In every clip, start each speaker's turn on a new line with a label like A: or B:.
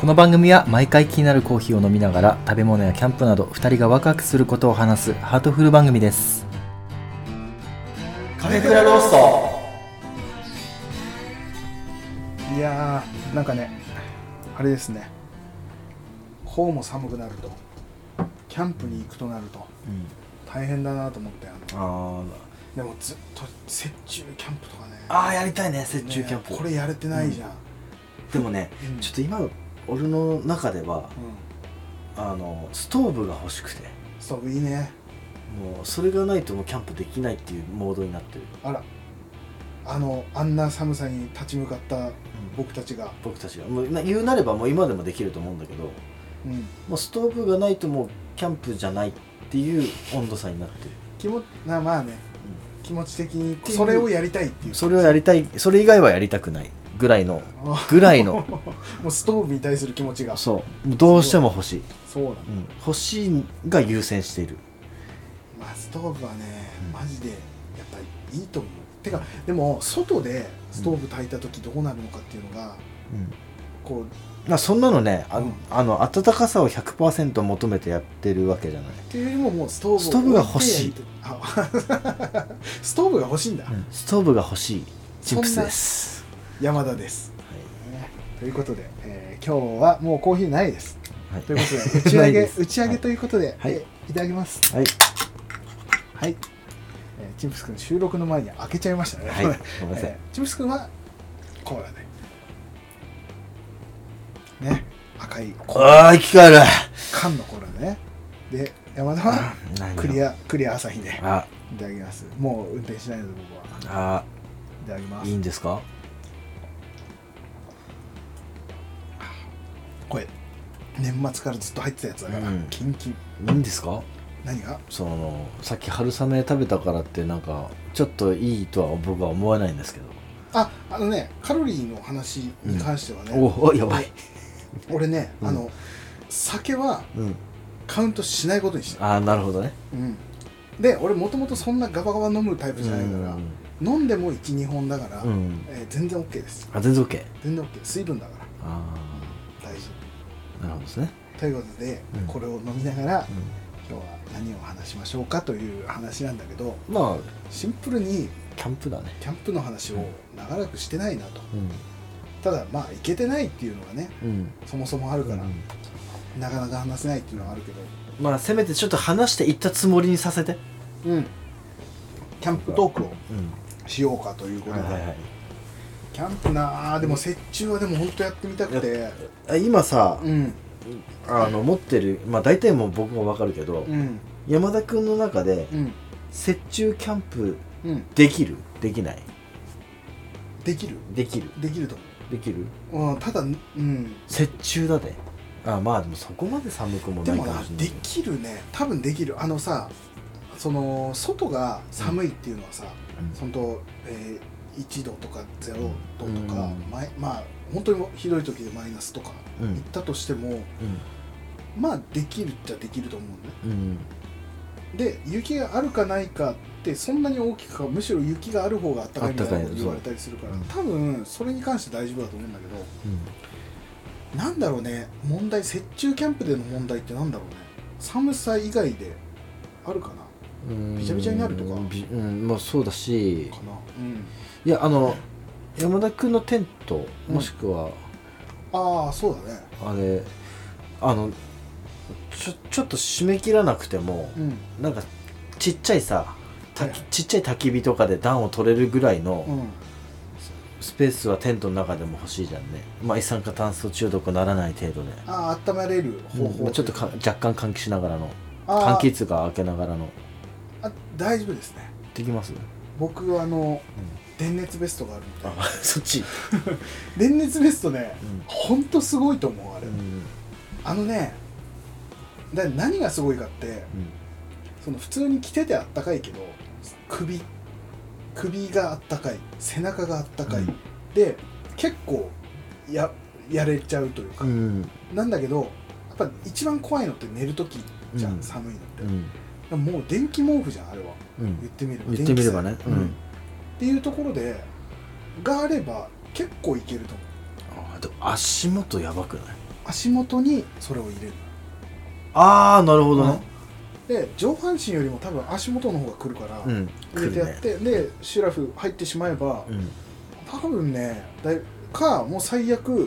A: この番組は毎回気になるコーヒーを飲みながら食べ物やキャンプなど2人がワクワクすることを話すハートフル番組です
B: カフェクラロースト
C: いやーなんかねあれですねこうも寒くなるとキャンプに行くとなると大変だなと思ってあの
B: あ
C: でもずっと雪中キャンプとかね
B: あやりたいね雪中キャンプ、
C: ねこれやれてないじゃん、
B: でもね、
C: うん
B: ちょっと今俺の中ではあのストーブが欲しくて
C: うん、ストーブいいね
B: もうそれがないともうキャンプできないっていうモードになってる、
C: あらあのあんな寒さに立ち向かった僕たちが、
B: 僕たちがもうな言うなればもう今でもできると思うんだけど
C: うん、
B: もうストーブがないともうキャンプじゃないっていう温度差になってる
C: 気持なまあね、気持ち的にそれをやりたいっていう
B: それをやりたいそれ以外はやりたくないぐらいの
C: あ
B: ぐらいの
C: もうストーブに対する気持ちが
B: そうもうどうしても欲しい、
C: そうだね
B: うん、欲しいが優先している
C: まあストーブはね
B: うん
C: マジでやっぱりいいと思うてかでも外でストーブ炊いた時どうなるのかっていうのがこうっ
B: まあ、そんなのねあ,、
C: うん
B: あの暖かさを100%求めてやってるわけじゃない、
C: ていうよりももうストーブを
B: ストーブが欲しい
C: 置てあ ストーブが欲しいんだ、
B: ストーブが欲しいチップスです
C: 山田です、ねということで、えー今日はもうコーヒーないです
B: はい
C: ということ で打ち上
B: ないで
C: げ
B: す
C: 打ち上げということで、
B: はい
C: えーいただきます
B: はい、
C: はい、えーチンプス君収録の前に開けちゃいましたね
B: はい ごめんなさい
C: えーチンプス君はコーラでね赤い
B: ああ生き返る
C: 缶のコーラねで山田はクリ
B: ア
C: アクリア朝日でいた
B: あ
C: だきますもう運転しないので僕は
B: あ
C: いただきま
B: いい
C: す
B: んですか
C: これ年末からずっと入ってたやつだから、
B: うん
C: キンキン
B: いいんですか
C: 何が
B: そのさっき春雨食べたからってなんかちょっといいとは僕は思わないんですけど、
C: ああのねカロリーの話に関してはね、
B: おおやばい、
C: 俺ね、
B: うん
C: あの酒は
B: うん、
C: カウントしないことにしてる
B: ああなるほどね
C: うん、で俺もともとそんなガバガバ飲むタイプじゃないから、
B: うん
C: 飲んでも12本だから、
B: うん
C: えー全然 OK です
B: あ全然 OK
C: 全然 OK 水分だから
B: あ
C: 大事
B: あなるほどですね、
C: ということで、
B: うん
C: これを飲みながら
B: う
C: 今日は何を話しましょうかという話なんだけど
B: ん、まあ
C: シンプルに
B: キャンプだね
C: キャンプの話を長らくしてないなと
B: うん
C: ただまあ行けてないっていうのがね
B: うん
C: そもそもあるから、
B: うん
C: なかなか話せないっていうのはあるけど
B: まあせめてちょっと話していったつもりにさせて
C: うんキャンプトークを
B: うん
C: しようかということ
B: はい
C: で、
B: はいはい
C: キャンプなあでも雪中はでも本当やってみたくて
B: あ今さ
C: うん
B: あの持ってるまあ大体もう僕もわかるけど、
C: うん
B: 山田君の中で
C: うん
B: 雪中キャンプ
C: うん
B: できるできない
C: できる
B: できる
C: できると
B: できる
C: 思う、うん、ただうん
B: 雪中だであまあでもそこまで寒くも
C: で
B: ない
C: も
B: かも
C: な
B: しれない
C: できるね多分できるあのさその外が寒いっていうのはさ、
B: うん
C: そのと、えー1度とか0度とか、
B: うん
C: マイまあ本当にひどい時でマイナスとか
B: う
C: 行っ
B: ん
C: たとしても、まあできるっちゃできると思うね
B: うんうん
C: で雪があるかないかってそんなに大きくかむしろ雪がある方があったかいみたいな
B: あった
C: こ
B: か
C: と
B: い
C: 言われたりするから
B: そう
C: 多分それに関して大丈夫だと思うんだけどなんだろうね問題雪中キャンプでの問題ってなんだろうね寒さ以外であるかな
B: うん
C: びちゃびちゃになるとか
B: うんびうんまあそうだし
C: かなうん
B: いやあの山田君のテントもしくは、
C: ああそうだね
B: あれあのちょちょっと締め切らなくても、
C: うん
B: なんかちっちゃいさた
C: はい
B: ちっちゃい焚き火とかで暖を取れるぐらいの
C: うん
B: スペースはテントの中でも欲しいじゃんね、まあ、一酸化炭素中毒にならない程度で、
C: ああ温めれる方
B: ま
C: 法
B: あちょっとか若干換気しながらの
C: あ
B: 換
C: ー
B: 気っつうか開けながらの
C: あ大丈夫ですね
B: できます
C: 僕はあの、電熱ベストがあ るみたいな
B: そっち、
C: 電熱ベストね
B: うん
C: ほんとすごいと思うあれ、
B: うん
C: あのねだ何がすごいかってその普通に着ててあったかいけど首首があったかい背中があったかい、
B: うん
C: で結構ややれちゃうというか、
B: うん
C: なんだけどやっぱ一番怖いのって寝る時じゃん、
B: うん
C: 寒いのって
B: う、ん
C: でももう電気毛布じゃんあれは
B: うん
C: 言ってみれば
B: 言ってみればね
C: 電気
B: う
C: さ
B: ん、
C: えっていうところでがあれば結構いけると思
B: あーでも足元やばくないう
C: 足元にそれを入れる
B: ああなるほどね
C: で上半身よりも多分足元の方が来るから、
B: うん
C: 入れ
B: 来
C: て
B: る
C: やっ
B: ね
C: て、でシュラフ入ってしまえば、
B: うん
C: 多分ねだいかもう最悪
B: う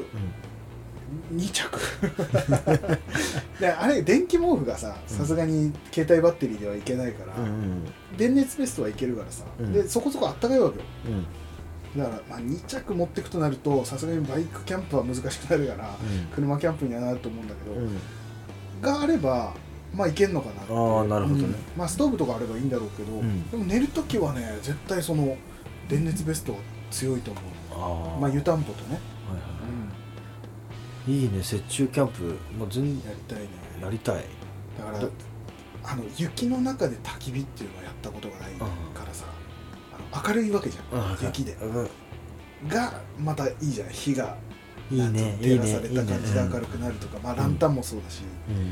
B: ん
C: 2着 であれ電気毛布がささすがに携帯バッテリーではいけないから、
B: うんうん
C: 電熱ベストはいけるからさ、
B: うん
C: でそこそこあったかいわけよ
B: うんうん
C: だから、まあ、2着持ってくとなるとさすがにバイクキャンプは難しくなるから、車キャンプにはなると思うんだけど、
B: うん
C: があればまあいけんのかなっていう
B: ああなるほどね
C: うんまあストーブとかあればいいんだろうけど、
B: うん
C: でも寝るときはね絶対その電熱ベストは強いと思
B: ああ
C: うまあ湯たんぽとね、
B: はいはいいいね雪中キャンプもう全
C: やりたいね
B: やりたい
C: だから
B: ど
C: あの雪の中で焚き火っていうのはやったことがないからさあの明るいわけじゃん雪で
B: うん
C: がまたいいじゃん火が
B: いい
C: なん
B: ね
C: か
B: いいね
C: 照らされ
B: いい
C: た感じで明
B: ね
C: るくなるとか、まあランタンもそうだし、
B: うん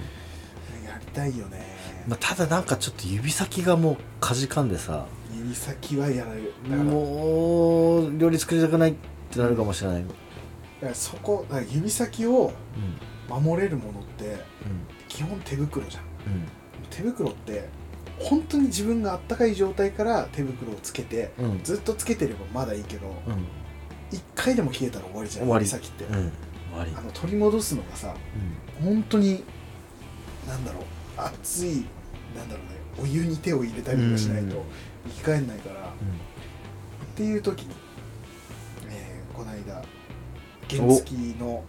C: やりたいよね、
B: まあただなんかちょっと指先がもうかじかんでさ
C: 指先はやられるだから
B: もう料理作りたくないってなるかもしれない、うん
C: だからそこだから指先を守れるものって基本手袋じゃん手袋って本当に自分があったかい状態から手袋をつけて
B: うんうん
C: ずっとつけてればまだいいけど
B: うん
C: 一回でも冷えたら終わりじゃん
B: 終わり
C: 指先って、
B: うん悪い
C: あの取り戻すのがさ本当になんだろう熱いなんだろうねお湯に手を入れたりとかしないと
B: うん
C: 生き返んないから、っ
B: う
C: ていう時に、えーこの間原付の、
B: んうん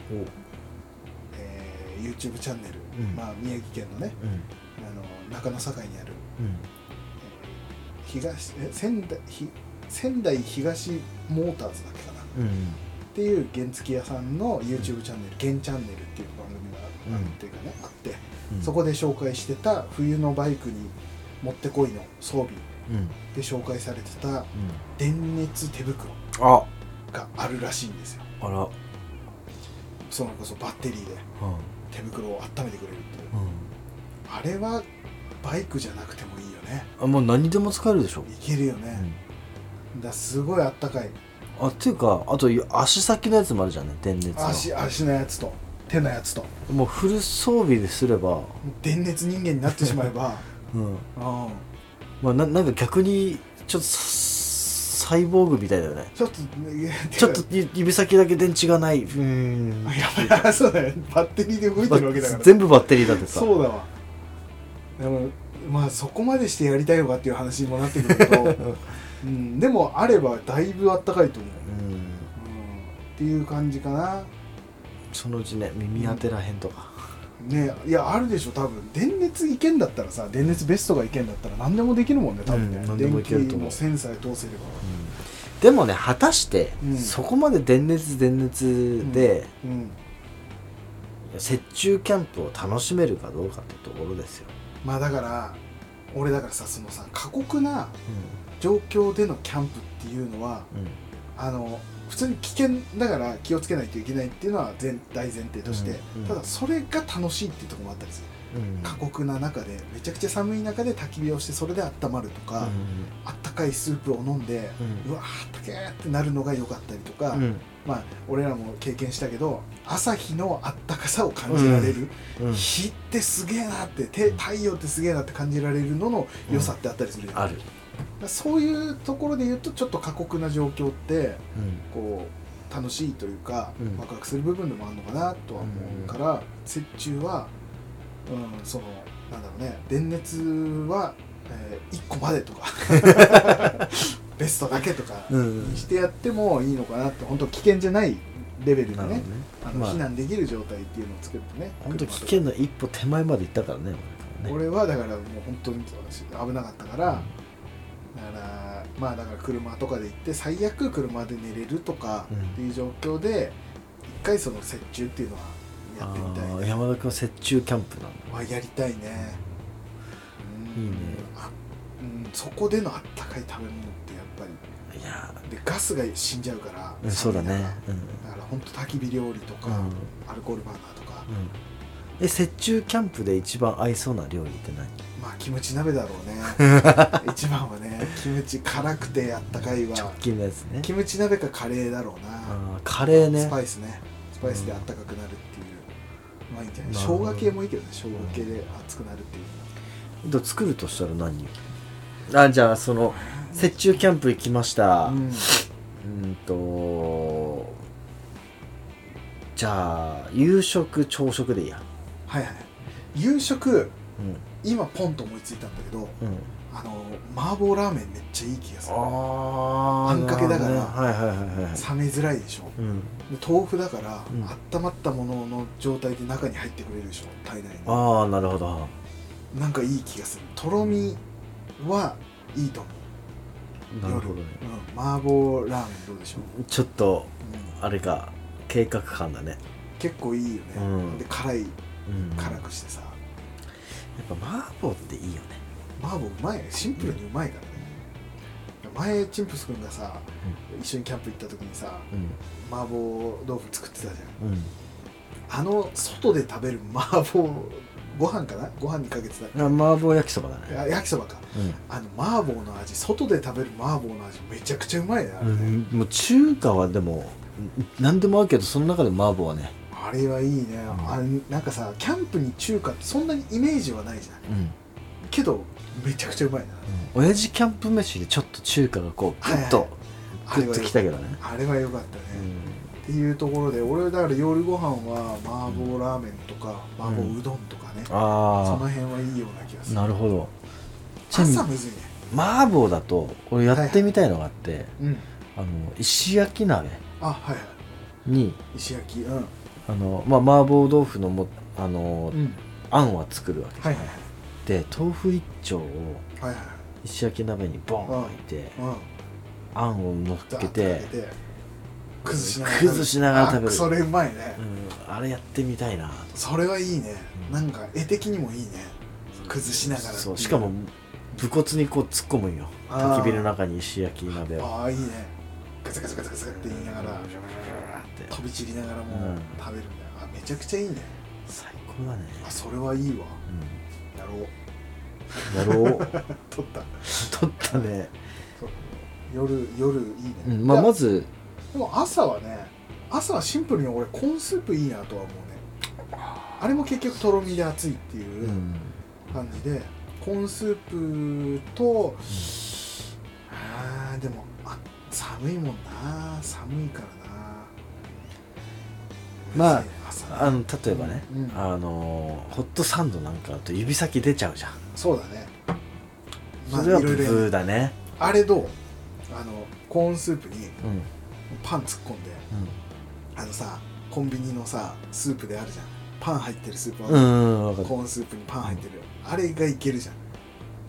C: えー YouTube チャンネル、
B: うん
C: まあ、宮城県のね
B: うん
C: あの中野堺にある
B: うん
C: 東え仙台ひ仙台東モーターズだっけかなっ
B: うん
C: ていう原付屋さんの YouTube チャンネル「原、チャンネル」っていう番組が
B: うん
C: あるっていうかね、あって
B: うん
C: そこで紹介してた冬のバイクにもってこいの装備
B: うんうん
C: で紹介されてた電熱手袋
B: あ
C: があるらしいんですよ
B: あら
C: それこそバッテリーで手袋を温めてくれるっていう
B: うん
C: あれはバイクじゃなくてもいいよね
B: あもう何でも使えるでしょ
C: いけるよね、だからすごいあったかい
B: あっていうかあと足先のやつもあるじゃんね電熱の
C: 足足のやつと手のやつと
B: もうフル装備ですれば、
C: 電熱人間になってしま えば
B: うん
C: うん
B: まあ、ななんか逆にちょっとササイボーグみたいだよね
C: ちょっといや
B: ちょっとゆ指先だけ電池がないうーん
C: いやいや そうだよバッテリーで動いてるわけだから
B: 全部バッテリーだってさ
C: そうだわでもまあそこまでしてやりたいのかっていう話にもなってくるけど、 うん、でもあればだいぶあったかいと思う、
B: うん
C: うん、っていう感じかな
B: そのうちね耳当てらへんとか、
C: ねいやあるでしょ多分電熱いけんだったらさ電熱ベストがいけんだったら何でもできるもんね多分ね、
B: うん何でもいけると思う
C: 電気のセンサーで通せれば
B: でもね果たして、
C: うん
B: そこまで電熱電熱で、
C: うん
B: 雪中キャンプを楽しめるかどうかってところですよ、
C: まあだから俺だからさそのさ過酷な状況でのキャンプっていうのは
B: うん
C: あの普通に危険だから気をつけないといけないっていうのは前大前提として、
B: うんうん
C: ただそれが楽しいっていうところもあったりする、
B: うん
C: 過酷な中でめちゃくちゃ寒い中で焚き火をしてそれで温まるとか、あったかいスープを飲んで、う
B: うん
C: わーあったけーってなるのが良かったりとか、
B: うんうん
C: まあ俺らも経験したけど朝日のあったかさを感じられる、
B: うん
C: 日ってすげえなってて太陽ってすげえなって感じられるのの良さってあったりするじゃん
B: ある、
C: そういうところで言うとちょっと過酷な状況って
B: うん
C: こう楽しいというか、
B: うん
C: ワクワクする部分でもあるのかなとは思うから、雪中は、うん、そのなんだろうね電熱は、え1個まで とかベストだけとか
B: うん
C: してやってもいいのかなって本当危険じゃないレベルで
B: なるほど
C: ね
B: ね
C: あの
B: まあ
C: 避難できる状態っていうのを作ってね
B: 本当危
C: 車とか
B: 険の一歩手前まで行ったからね俺ね
C: 俺はだからもう本当に私危なかったから、だからまあだから車とかで行って最悪車で寝れるとか
B: うん
C: っていう状況で一回その雪中っていうのはやってみたい
B: あー
C: ね
B: 山田君は雪中キャンプなんだ
C: はやりたいねうん
B: いいね
C: あうん、そこでのあったかい食べ物ってやっぱり
B: いや
C: でガスが死んじゃうから、
B: ーうんそうだ
C: 寒い
B: ね
C: 中
B: うん
C: だから本当焚き火料理とか、
B: うん
C: アルコールバーナーとか、
B: うんえ雪中キャンプで一番合いそうな料理って何
C: まあキムチ鍋だろうね 一番はねキムチ辛くてあったかいわ
B: 直近のやつね
C: キムチ鍋かカレーだろうな、
B: あーカレーね
C: スパイスねスパイスであったかくなるっていう、まあいいんじゃない
A: なる
C: 生
A: ほど
C: 姜系もいいけどね生姜系で熱くなるっていう
B: だから作るとしたら何人あじゃあその雪中キャンプ行きました
C: うん
B: うんとじゃあ夕食朝食でいいや
C: はいはい夕食
B: うん
C: 今ポンと思いついたんだけど
B: うん
C: あの麻婆ラーメンめっちゃいい気がする
B: あ
C: あんかけだから
B: なるほどねはいはいはいはい
C: 冷めづらいでしょ
B: うん
C: で豆腐だから、
B: うん
C: 温まったものの状態で中に入ってくれるでしょ体内に
B: ああなるほど
C: なんかいい気がするとろみはいいと思う
B: なるほどね
C: 夜うん、麻婆ラーメンどうでしょう、
B: ちょっと
C: うん
B: あれか計画感だね
C: 結構いいよね、
B: うん
C: で辛い
B: うん
C: 辛
B: やっ
C: くしてさ
B: ぱ麻婆っていいよね
C: 麻婆うまいねシンプルにうまいからね、前チンプス君がさ、一緒にキャンプ行った時にさ
B: う
C: 麻婆豆腐作ってたじ
B: んうん
C: ゃんあの外で食べる麻婆ご飯かなご飯にかけてた
B: あ麻婆焼きそばだね
C: あ焼きそばかあの麻婆の味外で食べる麻婆の味めちゃくちゃうまいねあ
B: う
C: れね、
B: ん、もう中華はでもん何でも合うけどその中で麻婆はね
C: あれはいいね、
B: ん
C: あれなんかさキャンプに中華ってそんなにイメージはないじゃん
B: うん
C: けどめちゃくちゃうまいな
B: 親父キャンプ飯でちょっと中華がこうグッと
C: あ
B: グ
C: れ
B: ッ
C: は
B: ときたけどね
C: あれは良かったね、っていうところで俺だから夜ご飯は麻婆ラーメンとか麻婆うどんとかね、その
B: あ
C: 辺はいいような気が
B: あ
C: する
B: なるほどちなみに
C: 朝むずいね
B: 麻婆だと俺やってみたいのがあって、
C: うん
B: あの石焼き鍋
C: あはいはい
B: に
C: 石焼きうん、
B: あの、まあ、麻婆豆腐のもあの、
C: うん、
B: あんは作るわ
C: はいはいはい
B: けで豆腐一丁を
C: はいはい
B: 石焼き鍋にボーンと置いて、
C: うん
B: あんを乗っ
C: ザー
B: け
C: ッと
B: て
C: かけて崩しながら
B: 崩しながら食べる
C: あそれうまいね、
B: うん、あれやってみたいな
C: それはいいね
B: うん
C: なんか絵的にもいいね崩しながらってい
B: そうしかも武骨にこう突っ込むんよ
C: あー
B: 焚き火の中に石焼き鍋を
C: ああいいねガツガツガツガツって言いながら
B: って
C: 飛び散りながらも
B: うん
C: 食べるんだよ、あめちゃくちゃいいね
B: 最高だね、
C: あそれはいいわ
B: う、
C: やろうん
B: やろ う
C: 撮った
B: 取ったね、
C: 夜夜いいね、
B: うんまあ、
C: いや
B: まず
C: でも朝はね朝はシンプルに俺コーンスープいいなとは思うねあれも結局とろみで熱いっていううん感じで、コーンスープと、あーでもあ寒いもんな寒いからな
B: まあ
C: 朝
B: あの例えばね、
C: うんうん
B: あのーホットサンドなんかだと指先出ちゃうじゃん、
C: そうだねまあ
B: それはいブ
C: ろいろやる
B: ーだね
C: あれどうあのコーンスープに
B: うんうん
C: パン突っ込んであのさコンビニのさスープであるじゃんパン入ってるスープは、
B: うんうん分かる
C: コーンスープにパン入ってるあれがいけるじ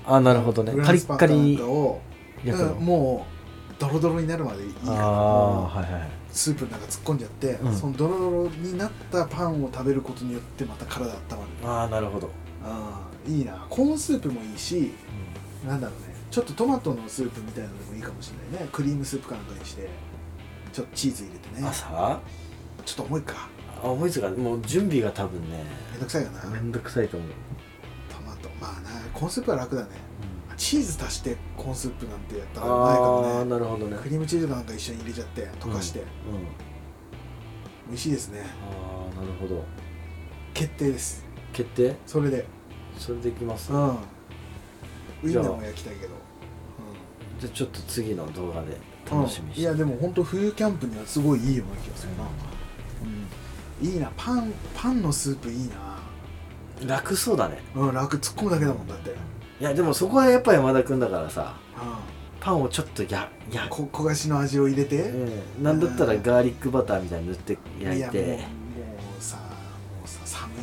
C: ゃん
B: あなるほどね
C: フ
B: カ
C: ラン
B: リ
C: ス
B: ッ
C: パン
B: カリに
C: かなんかを
B: 焼くの、
C: うんもうドロドロになるまでいいから
B: あ
C: も
B: あーはいはいう
C: スープの中突っ込んじゃって、
B: うん
C: そのドロドロになったパンを食べることによってまた体温まる
B: ああなるほど、
C: あーいいなコーンスープもいいしなんだろうねちょっとトマトのスープみたいなのでもいいかもしれないねクリームスープかなんかにしてちょっとチーズ入れてね
B: 朝
C: ちょっと重いか
B: あ思いつかないもう準備が多分ね
C: めんどくさいよなト
B: めんどくさいと思う、
C: マトまあなコーンスープは楽だねチーズ足してコーンスープなんてやったらうまい
B: あ
C: か
B: あ
C: もね
B: なるほどね
C: クリームチーズなんか一緒に入れちゃって溶かして、
B: うん
C: 美味しいですね
B: ああなるほど
C: 決定です
B: 決定
C: それで
B: それでいきます
C: うんウイン
B: じ
C: ナ
B: ゃあ
C: ーも焼きたいけど
B: じゃあちょっと次の動画で
C: うん
B: 楽しみに
C: いやでも本当冬キャンプにはすごいいいような気がするな、うん、いいなパンパンのスープいいな
B: 楽そうだね
C: うん楽突っ込むだけだもんだって、うん、
B: いやでもそこはやっぱ山田君だからさパンをちょっとやや
C: こ焦がしの味を入れて、
B: うん、なんだったらガーリックバターみたいに塗って焼
C: い
B: い
C: やもうも
B: て
C: うさもうさ寒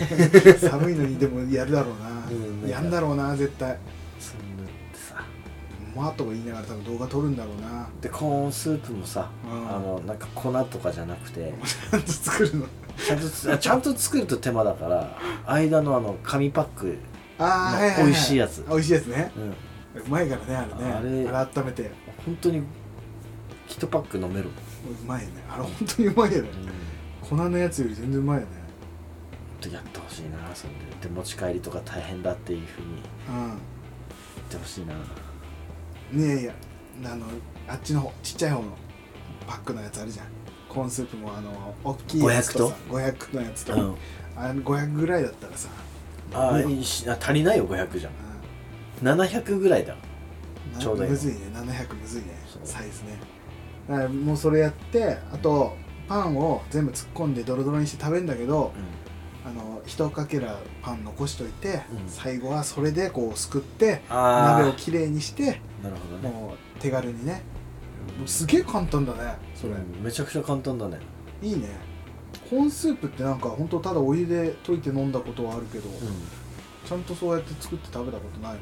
C: いの に寒いのにでもやるだろうな、
B: うん
C: やんだろうな絶対
B: そう塗ってさ
C: まあとか言いながら多分動画撮るんだろうな
B: でコーンスープもさ、
C: うん
B: あのなんか粉とかじゃなくて
C: ちゃんと作るの
B: ちゃんとつちゃんと作ると手間だから 間のあの紙パック、
C: ああ、
B: まあ
C: はいはは
B: 美味しいやつ
C: 美味しいやつね
B: うん、
C: うまいからねあれね
B: あれ
C: 温めてう
B: 本当に1パック飲める、
C: まいよねあれ本当にうまいよね粉のやつより全然うまいよね
B: とやってほしいなそれでで持ち帰りとか大変だっていうふうに言ってほしいな
C: うんねえいやあのあっちの方ちっちゃい方のパックのやつあるじゃんコーンスープもあの大きいやつとさ500のやつと、
B: うん
C: あの500ぐらいだったらさ、
B: あー
C: うん
B: いいしあ足りないよ500じゃん700ぐらいだ
C: な
B: ちょうどいい
C: むずいね700むずいね
B: そう
C: サイズねだからもうそれやってあとパンを全部突っ込んでドロドロにして食べるんだけどあの一かけらパン残しといて、
B: うん
C: 最後はそれでこうすくって
B: ああ
C: 鍋をきれいにして
B: なるほどね
C: もう手軽にねもうすげえ簡単だねそれ、
B: うんめちゃくちゃ簡単だね
C: いいねコーンスープってなんか本当ただお湯で溶いて飲んだことはあるけど、ちゃんとそうやって作って食べたことない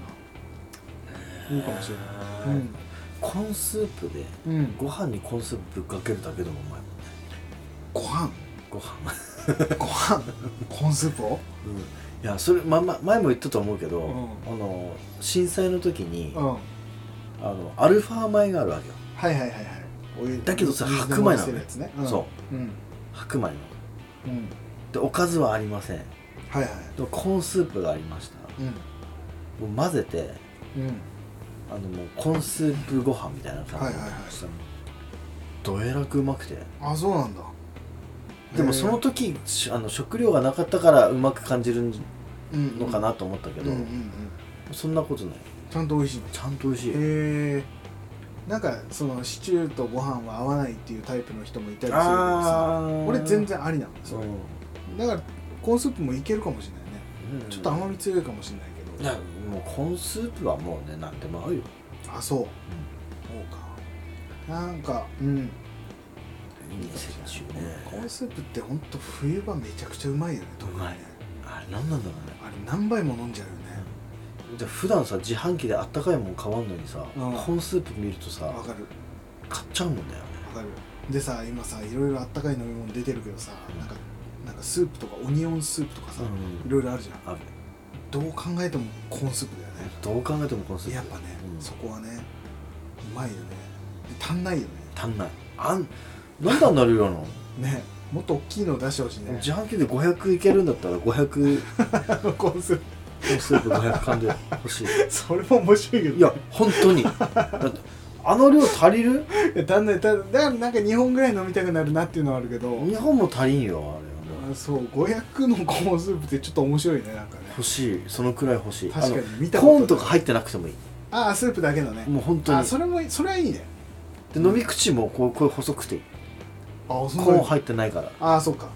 C: ないいかもしれない
B: あー
C: うん
B: コーンスープで
C: うん、
B: ご飯にコーンスープぶっかけるだけでもうまいもんね
C: ご飯
B: ご飯
C: ご飯コーンスープを
B: うんいやそれ、まま、前も言ったと思うけど、
C: うん
B: あの震災の時に、
C: うんはい
B: あのアルファ米があるわけよ、
C: はいはいはいお湯
B: だけどさ
C: 水で
B: 白米なのね
C: 回してるやつね、ん、
B: そう
C: うん
B: 白米の
C: うん
B: でおかずはありません
C: はいはい
B: でもコーンスープがありました
C: う
B: もう混ぜて
C: んうん
B: あのもうコーンスープご飯みたいな感じ
C: はいはいはい
B: したのどえらくうまくて
C: あそうなんだ
B: でもその時しあの食料がなかったからうまく感じるの
C: の
B: かなと思った
C: け
B: け
C: ど、
B: ど、
C: うんうんうん、
B: そんなことない
C: ちゃんと美味しいの
B: ちゃんと美味しい、
C: へえんかそのシチューとご飯は合わないっていうタイプの人もいたりするけどさ
B: あー
C: 俺全然ありなの
B: そ、
C: そうれだからコーンスープもいけるかもしれないねちょっと甘み強いかもしれないけ
B: い
C: ど、
B: やもうコーンスープはもうね何でも合うよ
C: あそう、そうかなんかうん
B: いいね雪中ね
C: コーンスープってほんと冬場めちゃくちゃうまいよね特に
B: うまい
C: ね
B: あれ何なんだろうね
C: あれ何杯も飲んじゃうよね
B: じゃあ普段さ自販機であったかいもん買わんのにさ、
C: うん
B: コーンスープ見るとさ
C: わかる
B: 買っちゃうもんだよね
C: わかるでさ今さいろいろあったかい飲み物出てるけどさなんかなんかスープとかオニオンスープとかさ、
B: うん
C: いろいろあるじゃん
B: ある
C: どう考えてもコーンスープだよね
B: どう考えてもコーンスープ
C: やっぱね、
B: うん
C: そこはねうまいよねで足んないよ
B: 足んないあんなんであんな量なの
C: ねねもっと大きいの出してほしいね
B: 自販機で500いけるんだったら500コーン
C: あのコーンスープ
B: スープ500缶で欲しい
C: それも面白いけど
B: いや本当にだってあの量足りる
C: いや足んないただからなんか2本ぐらい飲みたくなるなっていうのはあるけど、
B: 日本も足りんよあれはもう
C: あそう500のコーンスープってちょっと面白いねなんかね
B: 欲しいそのくらい欲しい
C: 確かに
B: あの
C: 見たこと
B: コ
C: ない
B: ーンとか入ってなくてもいい
C: ああスープだけのね
B: もう本当
C: あ
B: に
C: それもそれはいいね
B: で飲み口もこうこう細くていい
C: ああそ
B: コーン入ってないから
C: ああそうか、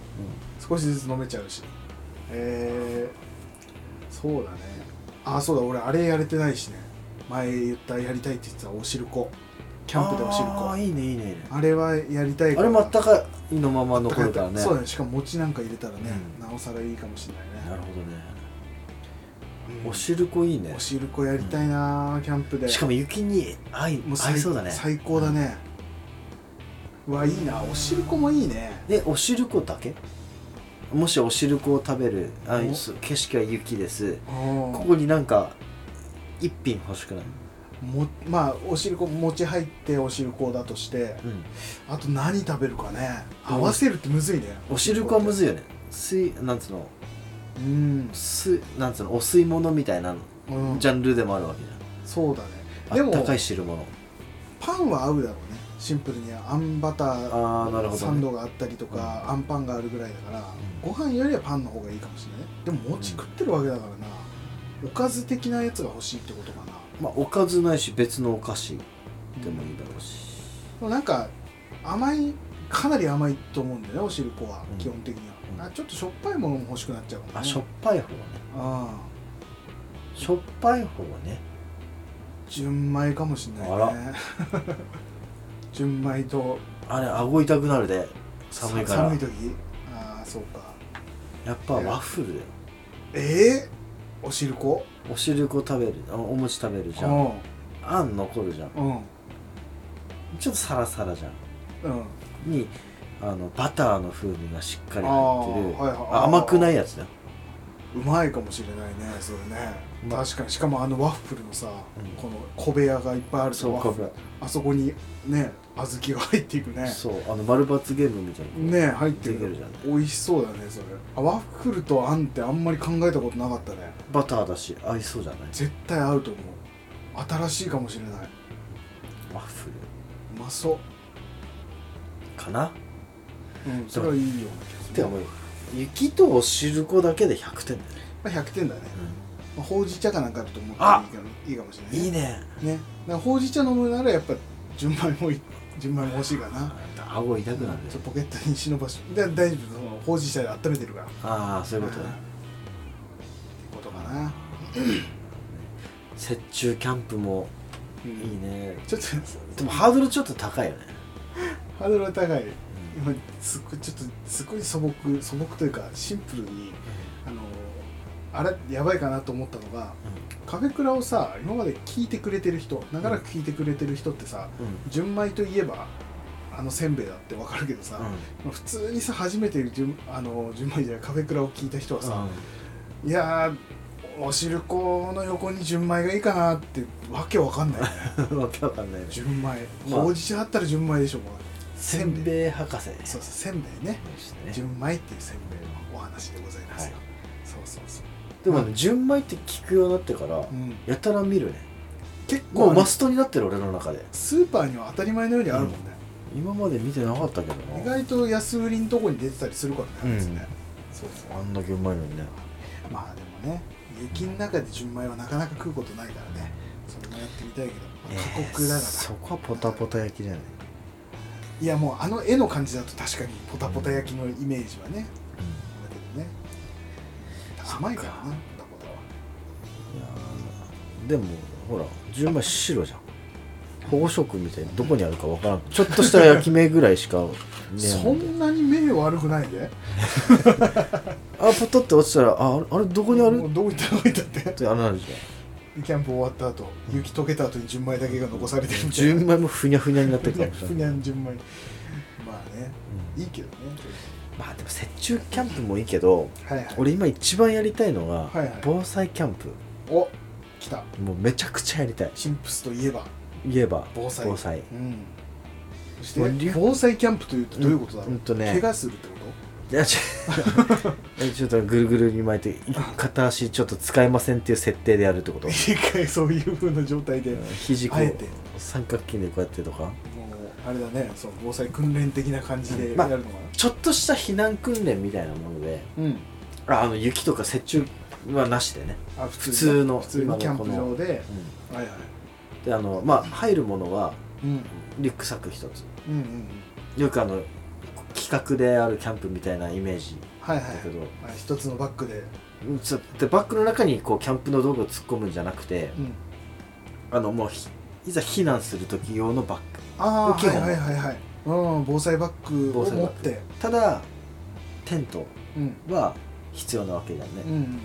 C: 少しずつ飲めちゃうしえー、そうだねああそうだ俺あれやれてないしね前言ったやりたいって言ってたおしるこキャンプでおしるこ
B: あ
C: あ
B: あいいねいいねいいね
C: れはやりたい
B: あれもあったかいのまま残るからね
C: そうだねしかも餅なんか入れたらね、
B: うん
C: なおさらいいかもしれないね
B: なるほどね
C: うん
B: おしるこいいね
C: おしるこやりたいな、キャンプで
B: しかも雪に合い
C: も
B: 合いそうだね
C: 最高だね、うわいいなおしるこもいいね
B: でおしるこだけもしおしるこを食べるあ
C: お
B: そう景色は雪です
C: うん
B: ここになんか一品欲しくない
C: もまあおしるこ餅入っておしるこだとして
B: うん
C: あと何食べるかね
B: うん
C: 合わせるってむずいね
B: おしるこはむずいよね水なんつうの
C: うん、
B: すなんつうのお吸い物みたいな
C: うん、
B: ジャンルでもあるわけじ
C: そうだね
B: ゃん
C: で
B: あ
C: も
B: ったかい汁物
C: パンは合うだろうねシンプルにあんバター
B: ああなるほ
C: サ
B: ど
C: ン
B: ね
C: ドがあったりとか、あんパンがあるぐらいだから、
B: うん
C: ご飯よりはパンの方がいいかもしれないねでも餅食ってるわけだからな、おかず的なやつが欲しいってことかな
B: まあおかずないし別のお菓子でもいいだろうし
C: でもなんか甘いかなり甘いと思うんだよねおしるこは、
B: うん
C: 基本的には、
B: うん
C: あちょっとしょっぱいものも欲しくなっちゃうかも、ね、
B: あしょっぱい方ね
C: ああ
B: しょっぱい方ね
C: 純米かもしんないね
B: あ
C: 純米と
B: あれ顎痛くなるで寒いから
C: さ寒い時ああそうか
B: やっぱワッフルだよ
C: えー、おしるこ
B: お汁粉食べるあお餅食べるじゃん
C: う
B: あん残るじゃん
C: んうん
B: ちょっとサラサラじゃん
C: うん
B: にあのバターの風味がしっかり入ってる
C: あーはいはい
B: あ甘くないやつだよ
C: うまいかもしれないねそれね、
B: うん
C: 確かにしかもあのワッフルのさ、
B: うん
C: この小部屋がいっぱいある
B: そう
C: ワッフル
B: 小部
C: あそこにね小豆が入っていくね
B: そうあの丸×ゲームみたいな
C: ね入って
B: でき
C: る
B: るじゃんね
C: 美味しそうだねそれあワッフルとあんってあんまり考えたことなかったね
B: バターだし合いそうじゃない
C: 絶対合うと思う新しいかもしれないう
B: ワッフル
C: まそう
B: かな
C: うん、それはいいような気がする
B: てかもう雪とお汁粉だけで100点だよね、
C: まあ、100点だね、まあ、ほうじ茶かなんかあると思って
B: あ
C: いいかいいかもしれない
B: い
C: ね
B: ね
C: ねだからほうじ茶飲むならやっぱ純米もい純米も欲しいかな
B: 顎痛くなるね
C: ちょっとポケットに忍ばしてで大丈夫そのほうじ茶で温めてるからって
B: ああそういうことね
C: ことかな、
B: 雪中キャンプも
C: うん
B: いいね
C: ちょっと
B: でもハードルちょっと高いよね
C: ハードルは高い今すっごいちょっとすごい素朴素朴というかシンプルにあのあれやばいかなと思ったのがカフェクラをさ今まで聞いてくれてる人長らく聞いてくれてる人ってさ
B: うん
C: 純米といえばあのせんべいだってわかるけどさ、まあ普通にさ初めて純あの純米じゃないカフェクラを聞いた人はさ、いやーお汁粉の横に純米がいいかなってわけわかんないよね
B: うんわけわかんないね
C: 純米、
B: まあ
C: ほうじ茶あったら純米でしょもう
B: せんべい博士
C: そうそうせんべいね
B: ね
C: 純米っていうせんべいのお話でございますよ、
B: は
C: そうそうそう、
B: でもね純米って聞くようになってから
C: うん、
B: やたら見るね
C: 結
B: も
C: 構
B: うマストになってる俺の中で
C: スーパーには当たり前のようにあるもんね、
B: 今まで見てなかったけど
C: 意
B: な
C: 外と安売りのとこに出てたりするからね、あいつねそう
B: あんだけうまいのにね
C: そうまあでもね雪の中で純米はなかなか食うことないからねそれもやってみたいけど、まあ過酷だから、
B: そこはポタポタ焼きじゃない
C: いやもうあの絵の感じだと確かにポタポタ焼きのイメージはね、だけどね甘いからねポタポタはい
B: やーでもほら純米白じゃん保護色みたいにどこにあるかわからんちょっとした焼き目ぐらいしかね え
C: そ
B: もんで
C: んなに目悪くないで
B: あポトって落ちたらああれあれどこにある
C: も
B: っ
C: うどこ行ったどこ行ったって
B: てあれなるじ
C: キャンプ終わった後雪解けた後に純米だけが残されてる
B: ゃん
C: みたいな
B: 純米もふにゃふにゃになってるかもしれ
C: ふに
B: ない
C: ゃん純米まあねいいけどね
B: まあでも雪中キャンプもいいけど
C: はいはい
B: 俺今一番やりたいのが
C: はいはい
B: 防災キャンプ
C: お来た
B: もうめちゃくちゃやりたい
C: シンプスといえば
B: 言えば
C: 防災
B: 防災
C: うんそし
B: も
C: て
B: うリ
C: 防災キャンプというとどういうことだろう、
B: うんうんとね
C: 怪我するってこ
B: いやち ょちょっとぐるぐるに巻いて片足ちょっと使えませんっていう設定でやるってこと
C: と一回そういう風な状態で、
B: 肘こ
C: あえて
B: う三角筋でこうやってとか
C: もうあれだねその防災訓練的な感じでやる
B: ま
C: の
B: あ
C: かな、
B: ちょっとした避難訓練みたいなもので
C: うん
B: ああの雪とか雪中はなしでね、
C: あ普
B: 普
C: 普
B: 通
C: 通
B: の
C: にキャンプ場ではいはい
B: であのまあ入るものは
C: うん
B: リュックサック一つ
C: うんうんうん
B: よくあの企画であるキャンプみたいなイメージ
C: はいはい
B: だけど、
C: あ一つのバッグで
B: うんちょっとでバッグの中にこうキャンプの道具を突っ込むんじゃなくて
C: うん
B: あのもうひいざ避難する時用のバッグ
C: ああ
B: 大きい
C: はい
B: 方
C: はいはいはいうん防災バッグを持って
B: ただテント
C: うん
B: は必要なわけだよ
C: う
B: ね、
C: ん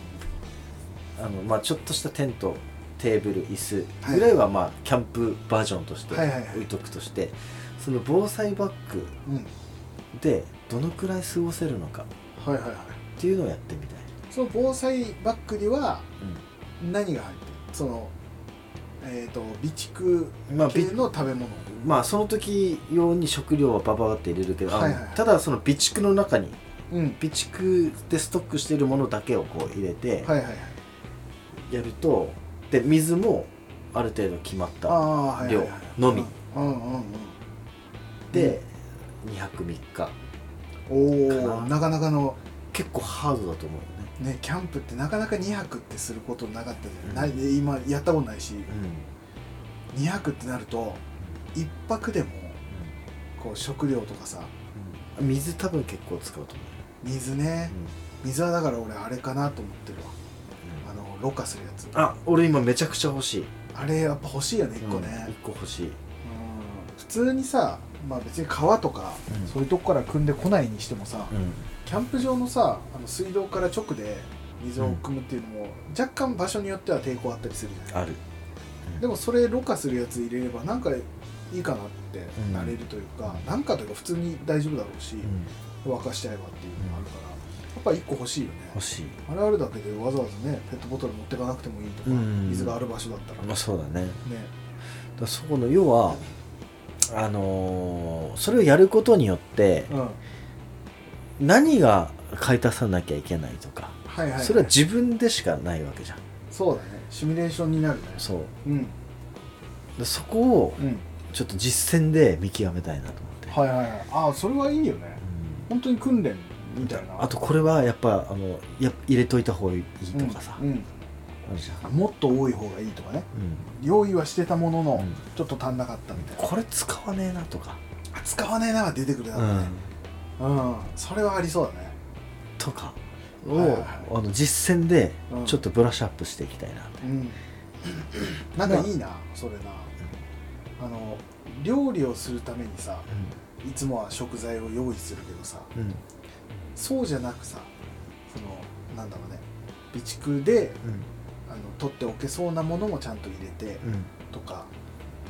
B: あのまあ、ちょっとしたテントテーブル椅子
C: はい
B: ぐらいはまあキャンプバージョンとして
C: はいはいはい
B: 置いとくとして、その防災バッグ
C: うん
B: でどのくらい過ごせるのか
C: はいはいはい
B: っていうのをやってみたい、
C: その防災バッグには
B: う
C: 何が入ってるそのえっ、と備蓄
B: んまあ、
C: 系
B: び
C: の食べ物
B: まあその時用に食料はババーって入れるけど、あの
C: はいはいはい
B: ただその備蓄の中に
C: うん
B: 備蓄でストックしてるものだけをこう入れて
C: はいはいはい
B: やると、で水もある程度決まっ
C: あ
B: た
C: あはいはいはい
B: 量のみ
C: うんうんうんうん
B: で、2泊3日
C: お
B: か
C: お
B: な
C: なかなかの
B: 結構ハードだと思うよね
C: ねキャンプってなかなか2泊ってすることなかったじゃ
B: うん
C: ない、ない今やったことないし
B: う
C: 2泊ってなると1泊でもこう食料とかさ
B: ん、水多分結構使うと思
C: 水ね
B: う、うん
C: 水はだから俺あれかなと思ってるわあのろ過するやつ
B: あ俺今めちゃくちゃ欲しい
C: あれやっぱ欲しいよね1個ね、
B: うん一個欲しい
C: うん普通にさまあ別に川とか、
B: うん
C: そういうとこから汲んでこないにしてもさ、キャンプ場のさあの水道から直で水を汲むっていうのも、若干場所によっては抵抗あったりするじゃない
B: ある
C: でもそれろ過するやつ入れればなんかいいかなって
B: うん
C: なれるというか、なんかというか普通に大丈夫だろうし、沸かしちゃえばっていうのがあるから、やっぱ1個欲しいよね
B: 欲しい
C: あれあるだけでわざわざねペットボトル持ってかなくてもいいとか、
B: うん
C: 水がある場所だったら、
B: まあそうだね
C: ね
B: だからそこの要はあのーそれをやることによって
C: うんはい
B: 何が買い足さなきゃいけないとか
C: はい、はい、
B: それは自分でしかないわけじゃん
C: そうだねシミュレーションになるね
B: そう
C: うん
B: でそこを
C: うん
B: ちょっと実践で見極めたいなと思って、
C: はいはいはいああそれはいいよね
B: うん
C: 本当に訓練みたいな
B: あとこれはやっぱあのや入れといた方がいいとかさ、
C: うんうん
B: あるじゃん、
C: もっと多い方がいいとかね
B: うん
C: 用意はしてたものの、
B: うん
C: ちょっと足んなかったみたいな
B: これ使わねえなとか、
C: あ使わねえなが出てくるだろうねうん、それはありそうだね
B: とかを、
C: はいはいはい
B: あの実践で
C: うん
B: ちょっとブラッシュアップしていきたいな、
C: うんなんかいいなそれなあの料理をするためにさいつもは食材を用意するけどさ
B: うん
C: そうじゃなくさそのなんだろうね備蓄で
B: うん
C: あの取っておけそうなものもちゃんと入れて
B: うん
C: とか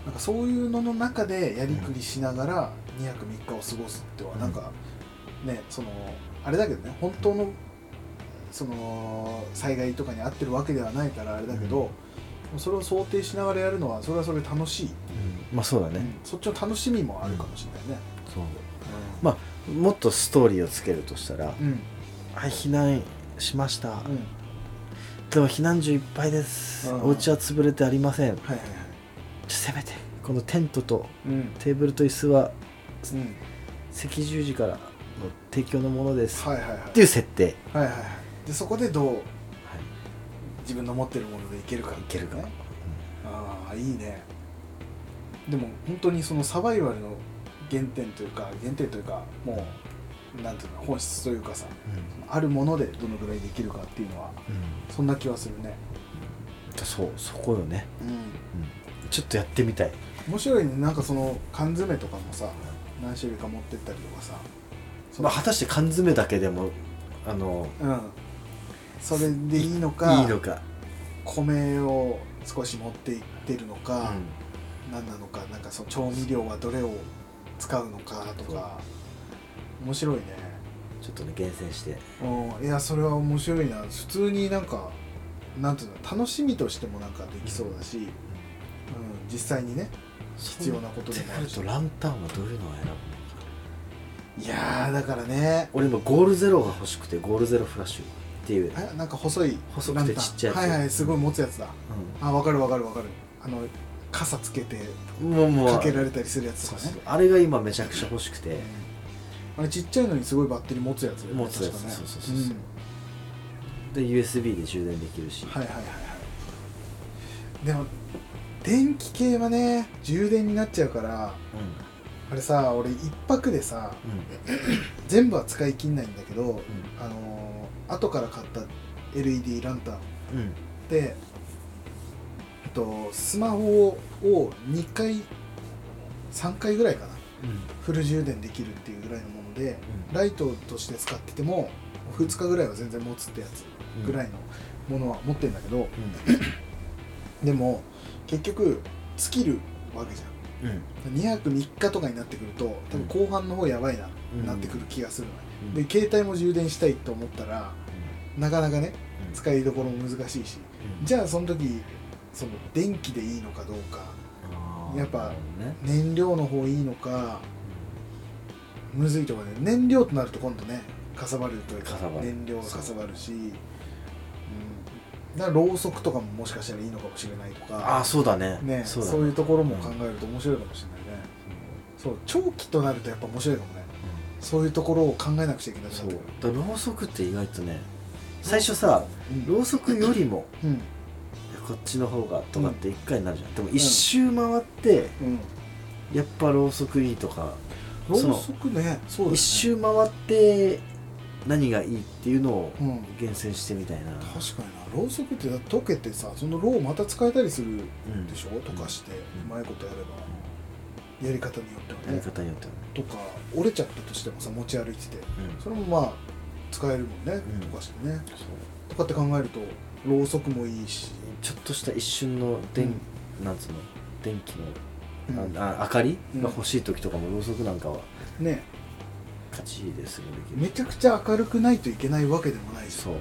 C: なんかそういうのの中でやりくりしながら2泊3日を過ごすっては
B: うん
C: なんかねそのあれだけどね本当のその災害とかに遭ってるわけではないからあれだけど、それを想定しながらやるのはそれはそれで楽しい、
B: まあそうだね、
C: うんそっちの楽しみもあるかもしれないね。
B: そうもっとストーリーをつけるとしたら
C: うんうん
B: 「はい避難しました、
C: うん
B: でも避難所いっぱいです、
C: うん
B: お家は潰れてありません
C: はいはいはい
B: せめてこのテントと
C: うん
B: テーブルと椅子は
C: うん
B: 赤十字からの提供のものです」
C: はいはいはい
B: っていう設定、
C: はいはいはいでそこでどう
B: はい
C: 自分の持ってるものでいけるかい
B: けるかな、
C: ああいいねでも本当にそのサバイバルの原点というか原点というかもうなんていうの本質というかさあるものでどのぐらいできるかっていうのはそんな気はするね
B: そうそこよね、
C: うん
B: ちょっとやってみたい、
C: 面白いねなんかその缶詰とかもさ何種類か持ってったりとかさその
B: まあ、果たして缶詰だけでもあの
C: うんそれでいいのか
B: いいのか、
C: 米を少し持っていってるの
B: う
C: か、
B: ん
C: 何なのかなんかその調味料はどれを使うのかとか面白いね
B: ちょっとね厳選して
C: うんいやそれは面白いな普通になんかなんていうの楽しみとしてもなんかできそうだし、うん、実際にね必要なことでもあるし
B: ってなるとランタンはどういうのを選ぶのか
C: いやーだからね
B: 俺今ゴールゼロが欲しくてゴールゼロフラッシュっていう、
C: あなんか細い
B: 細くてちっちゃいやつ
C: ランタンはいはいすごい持つやつだ
B: う
C: あわかるわかるわかるあの傘つけて
B: んもうもう
C: かけられたりするやつ
B: そ
C: と
B: う
C: か
B: そ
C: ね
B: うあれが今めちゃくちゃ欲しくて、
C: あれちっちゃいのにすごいバッテリー持つやつだよね
B: 持つやつ
C: 確かね
B: そうそうそうそうで USB で充電できるし、
C: はいはいはいはいでも電気系はね充電になっちゃうから
B: う
C: あれさ俺一泊でさ
B: んうん
C: 全部は使い切んないんだけど、あのー後から買った LED ランタン
B: うん
C: で、えっと、スマホを2回3回ぐらいかなフル充電できるっていうぐらいのものでライトとして使ってても2日ぐらいは全然持つってやつぐら
B: い、
C: いのものは持ってるんだけど、
B: うん
C: でも結局尽きるわけじゃ
B: う
C: ん
B: ん
C: 2泊3日とかになってくると多分後半の方やばいな、
B: うん
C: なってくる気がするのね、
B: うん
C: で携帯も充電したいと思ったらなかなかね使いどころも難しいし
B: ゃ
C: じゃあその時その電気でいいのかどうか
B: あ
C: やっぱ
B: ね
C: 燃料の方いいのかむずいところね燃料となると今度ねかさばるというか
B: かさばる
C: 燃料がかさばるしうんだからろうそくとかももしかしたらいいのかもしれないとか
B: ああそうだね
C: ね
B: そ
C: そうう
B: だ
C: いうところも考えると面白いかもしれないね、そう長期となるとやっぱ面白いかもねそういうところを考えなくちゃいけなくな
B: そ
C: っ
B: う
C: てくる
B: だからろうそくって意外とね最初さ
C: うん
B: ろうそくよりも
C: うん
B: こっちの方がとかって一回になるじゃん、でも一周回って
C: うん
B: やっぱろうそくいいとか
C: ろ
B: その
C: うそくねそうだね
B: 一周回って何がいいっていうのを
C: うん
B: 厳選してみたいな、
C: 確かになろうそくってだって溶けてさそのろうをまた使えたりする
B: うん
C: でしょ溶かして
B: ん
C: うまいことやればやり方によって
B: や
C: は
B: り
C: ね
B: 方によってはね、
C: とか折れちゃったとしてもさ持ち歩いてて
B: うん
C: それもまあ使えるもんね
B: ん
C: 溶かしてね
B: そう
C: とかって考えるとろうそくもいいし
B: ちょっとした一瞬の電、なんつうの電気
C: うん
B: の、ああ明かり
C: うん
B: が欲しい時とかもろうそくなんかは
C: ね
B: 勝ちですぐできる、
C: めちゃくちゃ明るくないといけないわけでもないし
B: そう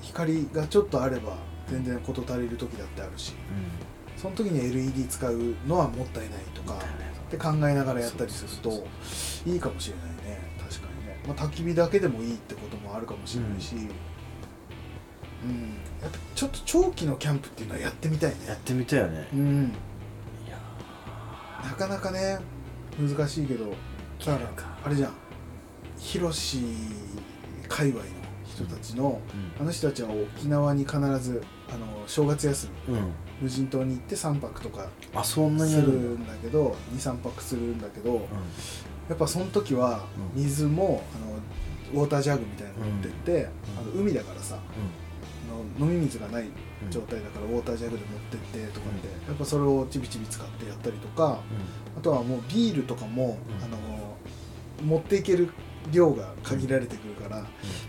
C: 光がちょっとあれば全然事足りる時だってあるしその時に LED 使うのはもったいないとかって考えながらやったりする
B: そうそう
C: といいかもしれないね確かにね、まあ、焚き火だけでもいいってこともあるかもしれないし、うんやっぱちょっと長期のキャンプっていうのはやってみたいね
B: やってみたいよね、
C: うん
B: いや
C: なかなかね難しいけどだから
B: か
C: あれじゃんヒロシ界隈の人たちの、
B: う
C: あの人たちは沖縄に必ずあの正月休み
B: ん、うん、
C: 無人島に行って3泊とか
B: あそんなに
C: す
B: あ
C: る
B: るんだ
C: んだけど23泊するんだけど
B: うん
C: やっぱその時は
B: うん
C: 水もあのウォータージャグみたいなの持ってって、あの海だからさあの飲み水がない
B: うん
C: 状態だからウォータージャグで持ってってとかって、やっぱそれをちびちび使ってやったりとかあとはもうビールとかも、
B: うん
C: あの持っていける量が限られてくるから、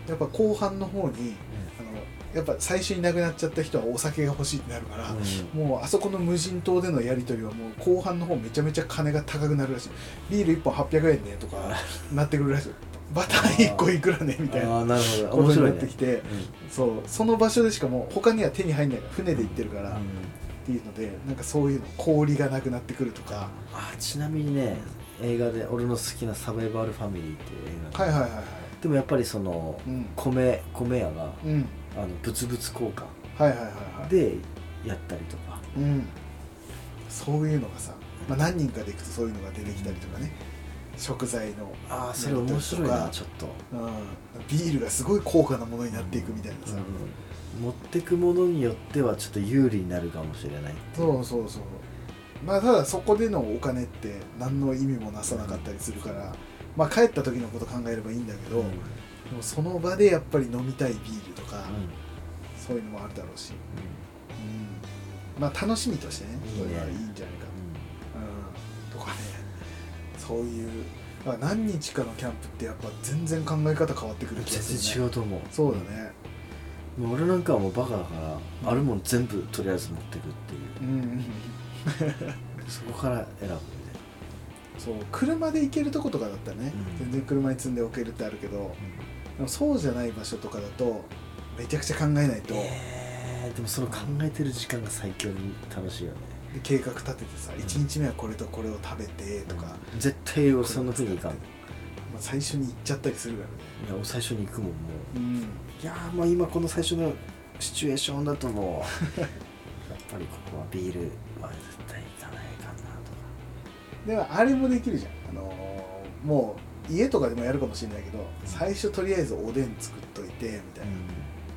C: やっぱ後半の方に、あのやっぱ最初になくなっちゃった人はお酒が欲しいってなるから、
B: うんうん
C: もうあそこの無人島でのやり取りはもう後半の方めちゃめちゃ金が高くなるらしいビール1本800円ね とかなってくるらしいバター1個いくらねみたいな
B: あーなるほど面
C: ことに
B: 白
C: ないっ
B: ね
C: てきて、そうその場所でしかもう他には手に入んないから船で行ってるから、
B: う
C: っ
B: ん
C: ていうのでなんかそういうの氷がなくなってくるとか
B: あちなみにね映画で俺の好きな「サバイバルファミリー」っていう映画が
C: はいはいはいはい
B: でもやっぱりその
C: うん
B: 米米屋が
C: うん
B: あの物々交換
C: はいはいはいはい
B: でやったりとか
C: うんそういうのがさ、まあ、何人かで行くとそういうのが出てきたりとかね食材の
B: ああそれ面白い
C: や
B: な
C: り
B: ちょっと、
C: うんビールがすごい高価なものになっていくみたいなさ、
B: うん持ってくものによってはちょっと有利になるかもしれないってい
C: そうそうそうまあただそこでのお金って何の意味もなさなかったりするから、まあ帰った時のこと考えればいいんだけど、
B: うん
C: でもその場でやっぱり飲みたいビールとか、
B: うん
C: そういうのもあるだろうし、うん、まあ楽しみとしてね
B: いいね
C: それはいいんじゃないかうん、とかねそういうだから何日かのキャンプってやっぱ全然考え方変わってく
B: う
C: る
B: ん
C: 気がする、ね、
B: 全然違うと思う
C: そうだね
B: もう俺なんかはもうバカだから、
C: うん
B: あるもん全部とりあえず持ってくっていう
C: うんうんうん
B: そこから選ぶみ
C: そう車で行けるとことかだったらね、
B: うん
C: 全然車に積んでおけるってあるけ
B: た
C: ど
B: いな、
C: でもそうじゃない場所とかだとめちゃくちゃ考えないと、
B: えーでもその考えてる時間が最強に楽しいよね
C: で計画立ててさ1日目はこれとこれを食べてとか、
B: 絶対俺そんな風にいかんい
C: こまあ、最初に行っちゃったりするからね
B: や俺最初に行くもんも
C: うん
B: ういやーまあ今この最初のシチュエーションだともう やっぱりここはビールは絶対行かないかなとか
C: でもあれもできるじゃん、あのーもう家とかでもやるかもしれないけど最初とりあえずおでん作っといてみたい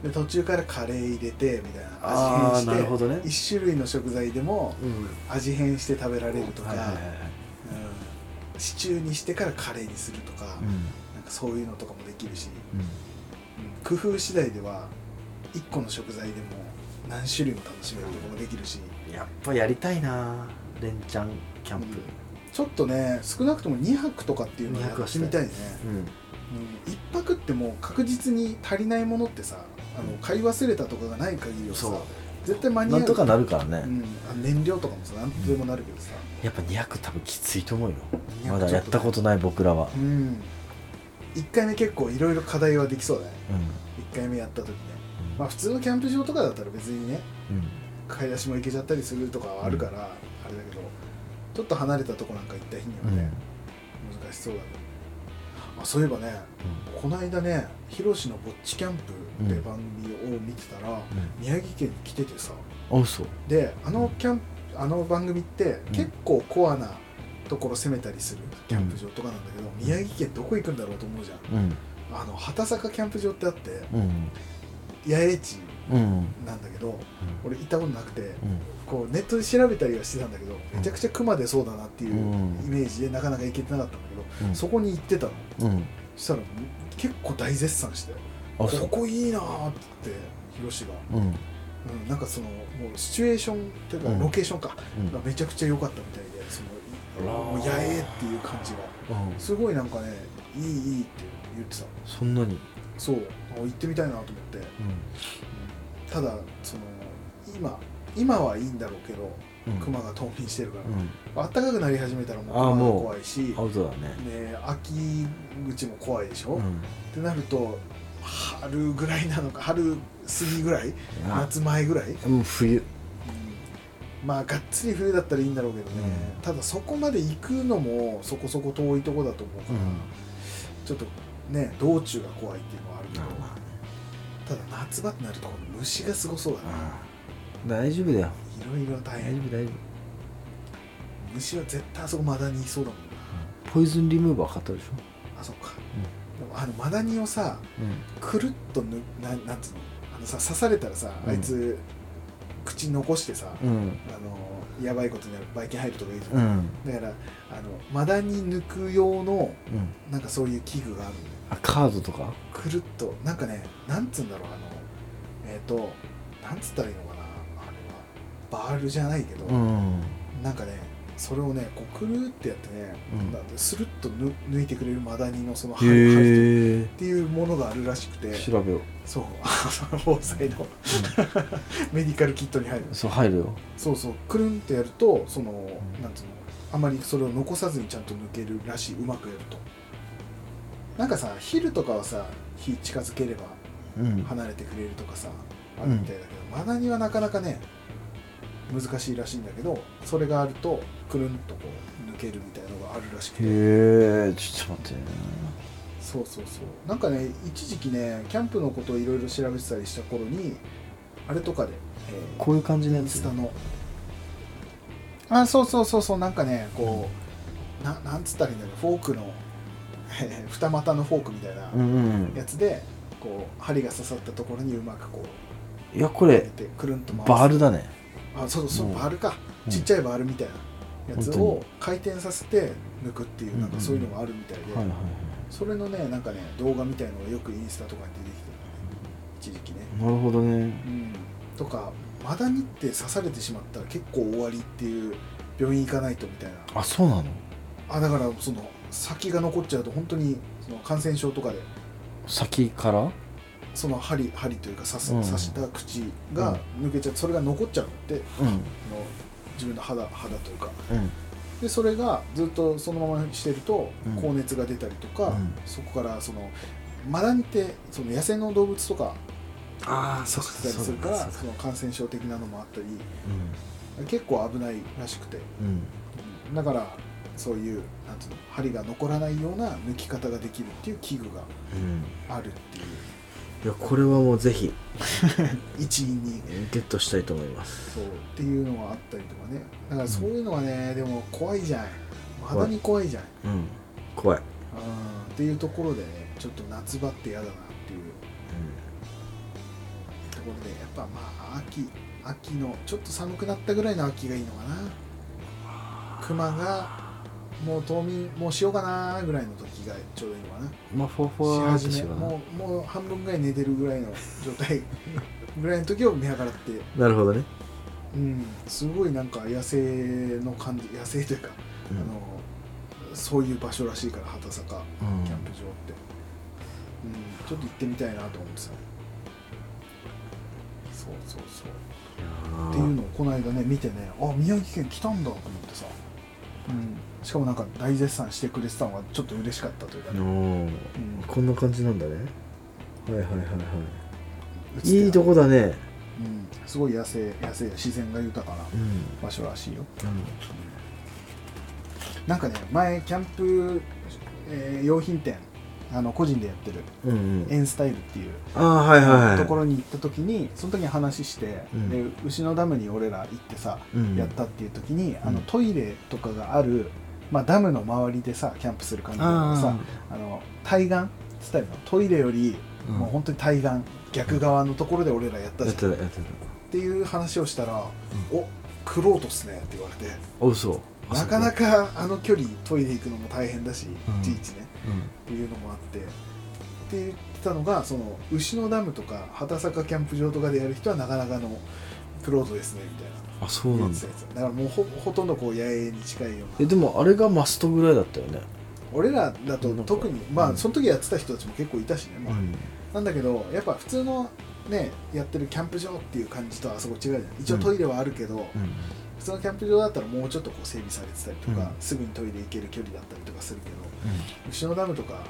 C: な、で途中からカレー入れてみたいな
B: ああ
C: 味変して
B: なるほどね
C: 1種類の食材でも
B: うん
C: 味変して食べられるとか、
B: はいはいはいはい
C: うんシチューにしてからカレーにするとか,、なんかそういうのとかもできるし、うん工夫次第では1個の食材でも何種類も楽しめるとかもできるし、
B: やっぱやりたいなレンチャンキャンプ
C: ちょっとね少なくとも2泊とかっていうのをやってみたいね
B: うん
C: うん一泊ってもう確実に足りないものってさあの買い忘れたとかがない限りはさ
B: そう
C: 絶対間に合
B: な
C: うん
B: とかなるからね、
C: うん、あ燃料とかもさなんとでもなるけどさ、
B: やっぱ200多分きついと思うよ
C: 200
B: まだやったことない僕らは
C: うん1回目結構いろいろ課題はできそうだね
B: うん
C: 1回目やった時ねまあ普通のキャンプ場とかだったら別にね
B: うん
C: 買い出しも行けちゃったりするとかはあるから、あれだけどちょっと離れたとこなんか行った日にはね、難しそうだねあそういえばねこの間ねヒロシのぼっちキャンプって番組を見てたら、宮城県に来ててさ
B: うんあそう
C: であのキャンプあの番組って
B: ん
C: 結構コアなところ攻めたりするキャンプ場とかなんだけど、宮城県どこ行くんだろうと思うじゃん
B: うん
C: あの畑坂キャンプ場ってあって
B: うん
C: 八重地
B: うん
C: なんだけ
B: う
C: ど
B: ん
C: 俺行ったことなくて
B: うん
C: こうネットで調べたりはしてたんだけどめちゃくちゃ熊出そうだなっていう
B: うん
C: イメージでなかなか行けてなかったんだけど、
B: うん
C: そこに行ってたの
B: うん
C: そしたら結構大絶賛して
B: あそ
C: こ
B: う
C: こいいなーって言って広志が、
B: うん
C: うん、なんかそのもうシチュエーションというか
B: うん
C: ロケーションか、
B: うん
C: がめちゃくちゃ良かったみたいでその
B: あらー
C: もうやえっていう感じが
B: うん
C: すごいなんかねいいいいって言ってた
B: そんなに
C: そうあ行ってみたいなと思って、ただその今今はいいんだろうけど、
B: うん
C: 熊が冬眠してるから、
B: うん
C: 暖かくなり始めたらもう
B: あー
C: 熊が
B: もう
C: 怖いし、ね
B: ア、ウトだね
C: 秋口も怖いでしょ、
B: う
C: っ
B: ん
C: てなると春ぐらいなのか春過ぎぐらい
B: あ
C: 夏前ぐらい、うん
B: もう冬
C: まあがっつり冬だったらいいんだろうけどね、
B: うん
C: ただそこまで行くのもそこそこ遠いとこだと思うから、
B: うん
C: ちょっとね道中が怖いっていうのはあるけど、
B: まあね
C: ただ夏場ってなるとこの虫がすごそうだな、
B: 大丈夫だよ
C: いろいろ大
B: 大
C: 変
B: 丈夫大丈
C: 虫は絶対あそこマダにいそうだもんな
B: 夫ポイズンリムーバー買ったでしょ
C: あそっか、でもあのマダニをさくるっとぬななんつうのあのさ刺されたらさあいつ、口残してさ、
A: うんうん
C: あのやばいことになるばい菌入るとか言うじゃ、
A: うんん
C: だからあのマダニ抜く用の
A: うん
C: なんかそういう器具があるんだよ
A: あカードとか
C: くるっとなんかねなんつうんだろうあのえっ、となんつったらいいのかなあれはバールじゃないけど、
A: うん
C: なんかねそれをねこうくるってやってね、
A: うん
C: なんでスルッとぬ抜いてくれるマダニのその針針っ
A: へえ
C: ていうものがあるらしくて
B: 調べよう
C: そう あの防災の、メディカルキットに入る
A: そう入るよ
C: そうそうくるんってやるとその、
A: ん
C: なんつうのあまりそれを残さずにちゃんと抜けるらしいうまくやるとなんかさ昼とかはさ火近づければ
A: うん
C: 離れてくれるとかさあるみたいだけど、マダニはなかなかね難しいらしいんだけどそれがあるとくるんとこう抜けるみたいなのがあるらしくて
A: へえちょっと待ってね
C: そうそうそうなんかね一時期ねキャンプのことをいろいろ調べてたりした頃にあれとかで、えー
A: こういう感じのや
C: インス
A: つ
C: タのあそうそうそうそうなんかねこうななんつったらいいんだろうフォークの、えー二股のフォークみたいな
A: うんうん
C: やつで、こう針が刺さったところにうまくこう
A: いやこ
C: 入れ
A: れ
C: てくるんと回す
A: バールだね
C: あそうそう
A: うん
C: バールか、
A: うん
C: ちっちゃいバールみたいなやつ
A: 本当
C: を回転させて抜くっていう
A: うん
C: なん
A: うんう
C: か
A: ん
C: そういうのがあるみたいで、
A: はいは
C: それのねなんかね動画みたいのがよくインスタとかに出てきてたね一時期ね、
A: いなるほどね
C: うん、とかマダニって刺されてしまったら結構終わりっていう病院行かないとみたいな
A: あそうなの
C: あだからその先が残っちゃうと本当にその感染症とかで
A: 先から
C: その針針というか刺す
A: うん
C: 刺した口が抜けちゃうそれが残っちゃうのって
A: うん
C: その自分の肌肌というか
A: うん
C: でそれがずっとそのままにしてると
A: うん
C: 高熱が出たりとか、
A: うん
C: そこからそのマダニってその野生の動物とか
A: ああそ
C: 刺したりするからそ
A: そう
C: の感染症的なのもあったり
A: う
C: 結構危ないらしくて、
A: んうん
C: うんだからそういうなんていうの針が残らないような抜き方ができるっていう器具が
A: うん
C: あるっていう
A: いやこれはもうぜひ
C: 一員に
A: ゲットしたいと思います
C: そうっていうのがあったりとかねだからそういうのはね、でも怖いじゃんマダニ怖いじゃん
A: うん怖い、
C: うんっていうところでねちょっと夏場って嫌だなっていうところでやっぱまあ秋秋のちょっと寒くなったぐらいの秋がいいのかな熊がもう冬眠もうしようかなぐらいの時がちょうどいいのかな
A: まあフォーフ
C: し
A: ォー
C: 始めもうもう半分ぐらい寝てるぐらいの状態ぐらいの時を見計らって
A: なるほどね、
C: うんすごいなんか野生の感じ野生というか、
A: うん
C: あのそういう場所らしいから畑坂
A: うん
C: キャンプ場って、うんちょっと行ってみたいなと思ってさそうそうそうっていうのをこの間ね見てねあ宮城県来たんだと思ってさ、うん、しかもなんか大絶賛してくれてたのがちょっと嬉しかったというかね、
A: の
C: うん
A: こんな感じなんだねはいはいはいは
C: 映って
A: いいいとこだね
C: うん、すごい野生野生自然が豊かな
A: うん、
C: 場所らしいよなんかね前キャンプ、えー用品店あの個人でやってる
A: うん、うん
C: エンスタイルっていう
A: ああはいはいはい
C: ところに行った時にその時に話して、
A: うん
C: で牛のダムに俺ら行ってさ、
A: うん
C: やったっていう時にあ
A: う
C: の
A: ん
C: トイレとかがある、まあ、ダムの周りでさキャンプする感じだからさあの対岸スタイルのトイレよ
A: う
C: り、
A: ん
C: もう本当に対岸逆側のところで俺らやった
A: や
C: じゃ
A: っ
C: ん
A: てたやってた
C: っていう話をしたら「おクロートっすね」って言われて
A: おうそ
C: なかな
A: か、
C: かあの距離トイレ行くのも大変だし、
A: うん
C: いちいちねっていうのもあってって言ってたのがその牛のダムとか畑坂キャンプ場とかでやる人はなかなかのクロートですねみたいな
A: あそうな
C: 言っ
A: ん
C: て
A: だ
C: たやつだからもうほほとんどこう野営に近いよう
A: え
C: な
A: でもあれがマストぐらいだったよね
C: 俺らだと
A: なんか
C: 特にまあその時やってた人たちも結構いたしね、まあなんだけどやっぱ普通のねやってるキャンプ場っていう感じとはあそこ違うじゃん一応トイレはあるけど、
A: うん
C: 普通のキャンプ場だったらもうちょっとこう整備されてたりとか、
A: う
C: すぐにトイレ行ける距離だったりとかするけど牛のダムとか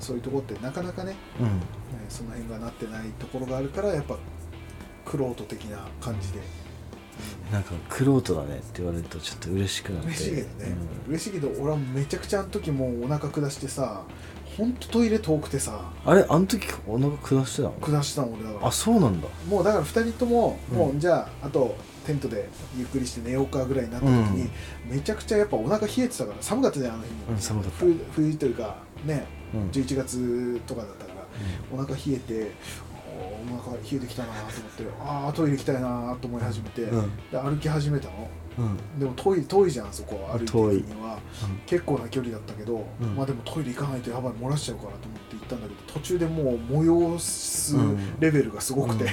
C: そういうとこってなかなかね
A: うん、うん
C: えーその辺がなってないところがあるからやっぱクロート的な感じで、
A: なんかクロートだねって言われるとちょっと嬉しくなっ
C: うん、
A: て
C: 嬉しいけどね、嬉しいけど俺はめちゃくちゃあの時もうお腹下してさほんとトイレ遠くてさ
A: うんあれあの時お腹下してたの
C: 下したの俺だから
A: あそうなんだ
C: もうだから2人ともも
A: う
C: うじゃああとテントでゆっくりして寝ようかぐらいになった時に、めちゃくちゃやっぱお腹冷えてたから寒かったじゃんあの日も、
A: うん寒かった
C: 冬冬というかね
A: うん
C: 11月とかだったから、お腹冷えておお腹冷えてきたなと思ってああトイレ行きたいなと思い始めて、
B: うん
C: で歩き始めたの
B: うん
C: でも遠い遠いじゃんそこ歩いていくには、
B: 遠いうん
C: 結構な距離だったけど、
B: うん
C: まあでもトイレ行かないとやばい漏らしちゃうからと思って行ったんだけど途中でもう催す
B: うん
C: レベルがすごくて、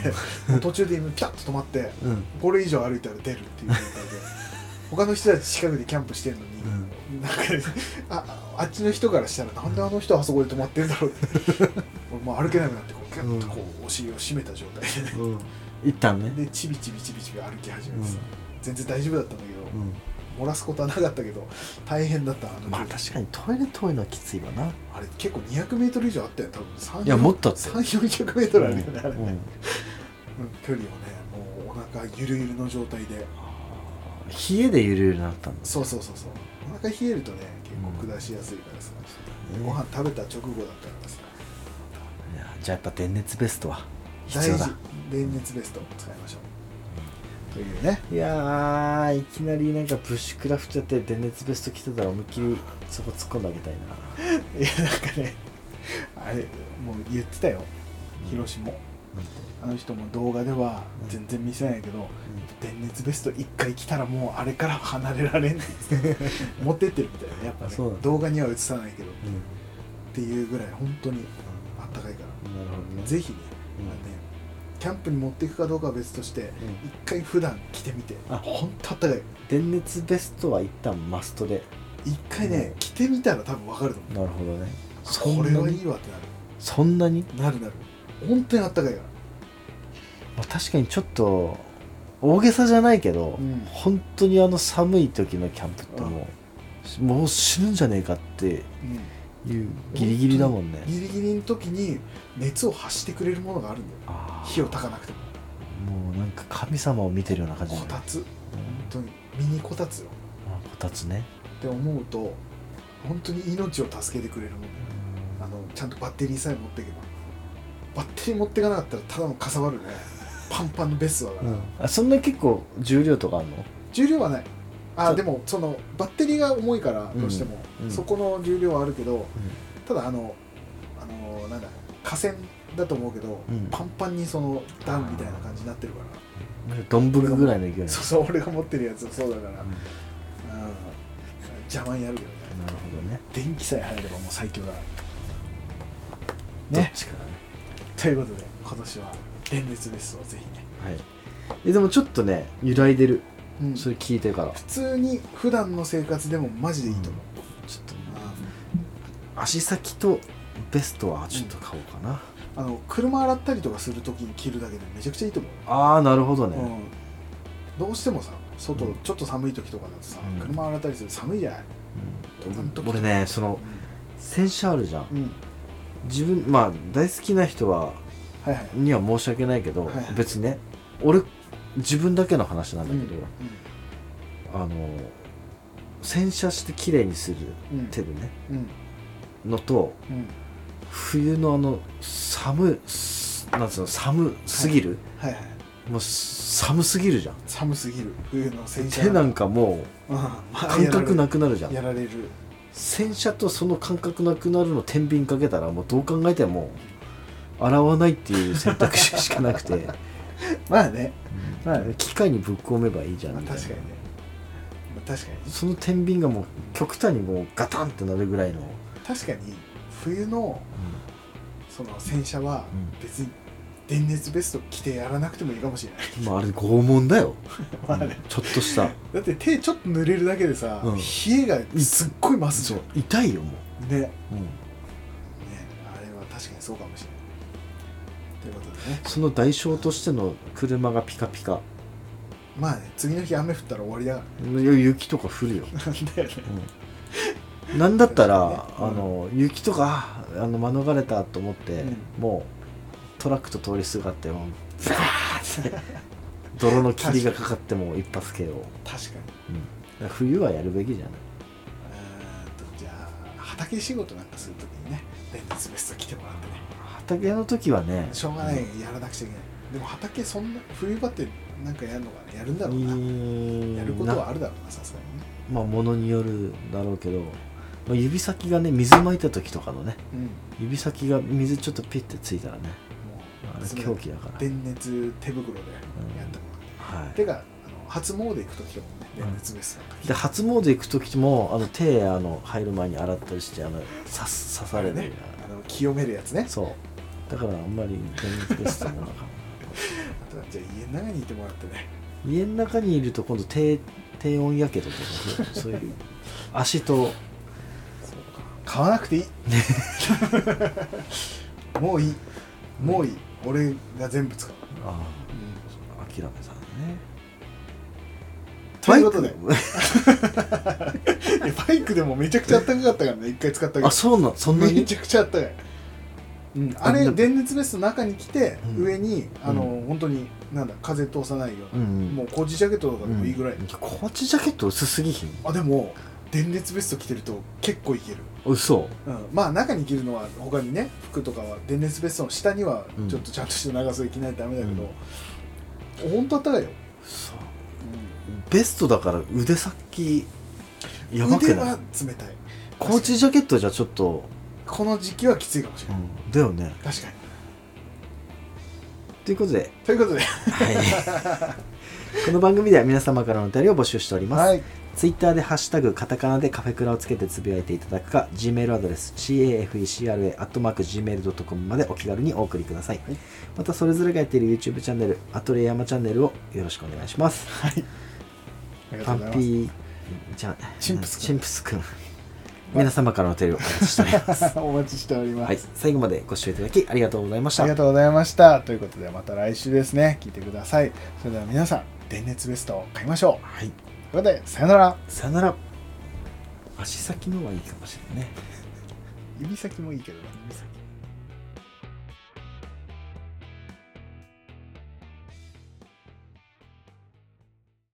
C: もう 途中で今ピタッと止まって
B: うん
C: これ以上歩いたら出るっていう状態で他の人たち近くでキャンプしてるのに、なんかああっちの人からしたらなんであの人あそこで止まってんだろうって 俺もう歩けなくなってこうギュッとこうお尻を締めた状態で
B: うん一旦ね
C: でチビチビチビチビ歩き始めてさ、全然大丈夫だったんだけど、
B: うん
C: 漏らすことはなかったけど大変だったあの、
B: まあ確かにトイレ遠いのはきついわな
C: あれ結構 200m 以上あったよ多分3
B: いやもっとあったよ
C: 3400m あるよね、あれね
B: うん
C: うん距離をねもうお腹ゆるゆるの状態で
B: 冷えでゆるゆるなったんです
C: そうそうそうそうお腹冷えるとね結構下しやすいからさ、ご飯食べた直後だったからさ
B: いやじゃあやっぱ電熱ベストは必要
C: 大
B: だ
C: 事電熱ベストを使いましょう、というね
B: いやーいきなりなんかブッシュクラフトやって電熱ベスト着てたら思いっきりそこ突っ込んであげたいない
C: やなんかねあれもう言ってたよ広島もあの人も動画では全然見せないけど、電熱ベスト1回来たらもうあれから離れられん 持ってってるみたいなねやっぱ、
B: あそうな
C: ね
B: ん、だ
C: 動画には映さないけどっ
B: うんうん
C: ていうぐらい本当にあったかいから、
B: なるほどね
C: ぜひね,、
B: うん
C: あのねキャンプに持っていくかどうかは別として、
B: うん
C: 一回普段着てみて
B: あ
C: 本当あったかい
B: 電熱ベストは一旦マストで
C: 一回ね、
B: うん
C: 着てみたら多分わかると
B: なるほどね
C: 思うこれはい
B: に
C: いわってなる
B: そんなに、
C: なるなる本当にあったかいから
B: まあ、確かにちょっと大げさじゃないけど、
C: うん
B: 本当にあの寒い時のキャンプってもう、もう死ぬんじゃねえかっていうギリギリだもんね
C: ギリギリの時に熱を発してくれるものがあるんだよ
B: あー
C: 火を焚かなくても
B: もうなんか神様を見てるような感じ
C: こ
B: だ
C: た
B: ね
C: つ本当にミニこたつよ
B: あこたつね
C: って思うと本当に命を助けてくれるもんだよあのちゃんとバッテリーさえ持っていけばバッテリー持っていかなかったらただのか さばるねパンパンのベストだから、
B: あそんな結構重量とかあるの
C: 重量はないあ
B: そう
C: でもそのバッテリーが重いからどうしても、
B: うんうん
C: そこの重量はあるけど、ただあのあのなんだ河川だと思うけど、
B: うん
C: パンパンにその段みたいな感じになってるから
B: どんぶるぐらいの勢いなの
C: そうそう俺が持ってるやつはそうだから、
B: うん
C: うん邪魔にやるけどね
B: なるほどね
C: 電気さえ入ればもう最強だ
B: どっ
C: ね
B: ちからね
C: ということで今年は電熱ベストをぜひね、
B: はいえでもちょっとね揺らいでる
C: うん
B: そ
C: 普
B: れ聞いてから、
C: 通に普段の生活でもマジでいいと思う、
B: ちょっと足先とベストはちょっと買おうかな、
C: あの車洗ったりとかするときに着るだけでめちゃくちゃいいと思う
B: ああなるほどね、
C: うん、どうしてもさ外、
B: うん
C: ちょっと寒い時とかだとさ、
B: うん
C: 車洗ったりすると寒いじゃない、
B: うん俺ねその洗車あるじゃん
C: うん、
B: 自分まあ大好きな人は
C: はいはい、
B: には申し訳ないけど、
C: はいはい
B: 別にね俺自分だけの話なんだ
C: うん
B: けど、あの洗車して綺麗にする
C: うんうん
B: 手でね
C: うん
B: のと
C: うん
B: 冬のあの寒すなんつうの寒すぎる、
C: はいはい
B: もう寒すぎるじゃん
C: 寒すぎる冬の洗車
B: 手なんかも
C: うんま
B: う
C: あ
B: 感覚なくなるじゃ
C: や
B: ん
C: られる
B: 洗車とその感覚なくなるの天秤かけたらもうどう考えても洗わないっていう選択肢しかなく て
C: まあね、まあね
B: 機械にぶっ込めばいいじゃん
C: まあ、
B: みたいな
C: 確かにね、まあ、確かに
B: その天秤がもう極端にもうガタンってなるぐらいの、
C: 確かに冬のその洗車は
B: うん
C: 別に電熱ベスト着てやらなくてもいいかもしれない
B: まああれ拷問だよ
C: ま あね
B: ちょっとした
C: だって手ちょっと濡れるだけでさ、
B: うん
C: 冷えがすっごい増すじ
B: そ
C: ゃん
B: う痛いよも
C: ねね
B: う、うん
C: あれは確かにそうかもしれないということでね
B: その代償としての車がピカピカ
C: まあね次の日雨降ったら終わりだか
B: 雪とか降るよ、
C: らねだよね
B: うん、なんだったら、
C: ねうん
B: あの雪とかああの免れたと思って、
C: うん
B: もうトラックと通りすがってもう ブワーって泥の霧がかかっても一発系を、
C: 確かに
B: うんだから冬はやるべきじゃない
C: えーっとじゃあ畑仕事なんかするときにね電熱ベスト着てもらってね
B: 畑の時はね
C: しょうがないやらなくちゃいけないでも畑そんな冬場ってなんかやるのかなやるんだろうな、
B: や
C: やることはあるだろうなさすがにね
B: まあものによるだろうけど、まあ指先がね水まいた時とかのね
C: うんも
B: 指先が水ちょっとピッてついたらねあ
C: う
B: れ
C: それ
B: 狂気だから、
C: 電熱手袋でやったもんね、
B: はい、
C: てかあの初詣行く時とかもね電熱ベストの時、
B: で初詣行く時もあの手あの入る前に洗ったりしてあの刺す刺される
C: ねあの清めるやつね
B: そうだからあんまり現実ベストもなかっ
C: あとはじゃあ家の中にいてもらってね
B: た家の中にいると今度低低温やけどとかそうそういう足と
C: 買わなくていい もういいもういい、俺が全部使う、
B: ああ諦めたのね
C: ということで
B: バイ
C: いやバイクでもめちゃくちゃあったかかったからね一回使ったけ
B: クあ
C: ど
B: そうなんそんな
C: め
B: に
C: ちゃくちゃあったかい、うん、あ
B: あん
C: れ
B: な
C: 電熱ベストの中に来て、
B: うん
C: 上にあの、
B: う
C: 本当になんだ風通さないよう
B: う
C: な、
B: ん
C: もう工事ジャケットとかでもいいぐらい、
B: うんコーチジャケット薄すぎひん
C: あでも電熱ベスト着てると結構いける、
B: 嘘
C: うん、まあ中に着るのは他にね服とかは電熱ベストの下には
B: うん
C: ちょっとちゃんとした長袖着ないとダメだけど、本当あったかいよ、
B: 嘘ベストだから腕先
C: うん、
B: やばく
C: 腕
B: ない
C: は冷たい
B: コーチジャケットじゃちょっと、
C: この時期はきついかもしれない、
B: だよね
C: 確かに
B: ということで、
C: ということで
B: この番組では皆様からのお便りを募集しております、
C: はい
B: ツイッターで「ハッシュタグカタカナ」でカフェクラをつけてつぶやいていただくか Gmail アドレス cafecra.gmail.com までお気軽にお送りください、
C: はい
B: またそれぞれがやっている YouTube チャンネルアトレ山チャンネルをよろしくお願いします
C: ありがと
B: パ
C: う
B: ン
C: ござい
B: ピ
C: ます
B: ーじゃ
C: シンプス君
B: シンプス君皆様からのお便りをお待ちしており ます、
C: お待ちしております、
B: はい、最後までご視聴いただきありがとうございました
C: ありがとうございましたということでまた来週ですね聞いてくださいそれでは皆さん電熱ベストを買いましょ
B: はいう
C: ということでさよなら
B: さよなら足先のはいいかもしれないね
C: 指先もいいけどね
B: 指先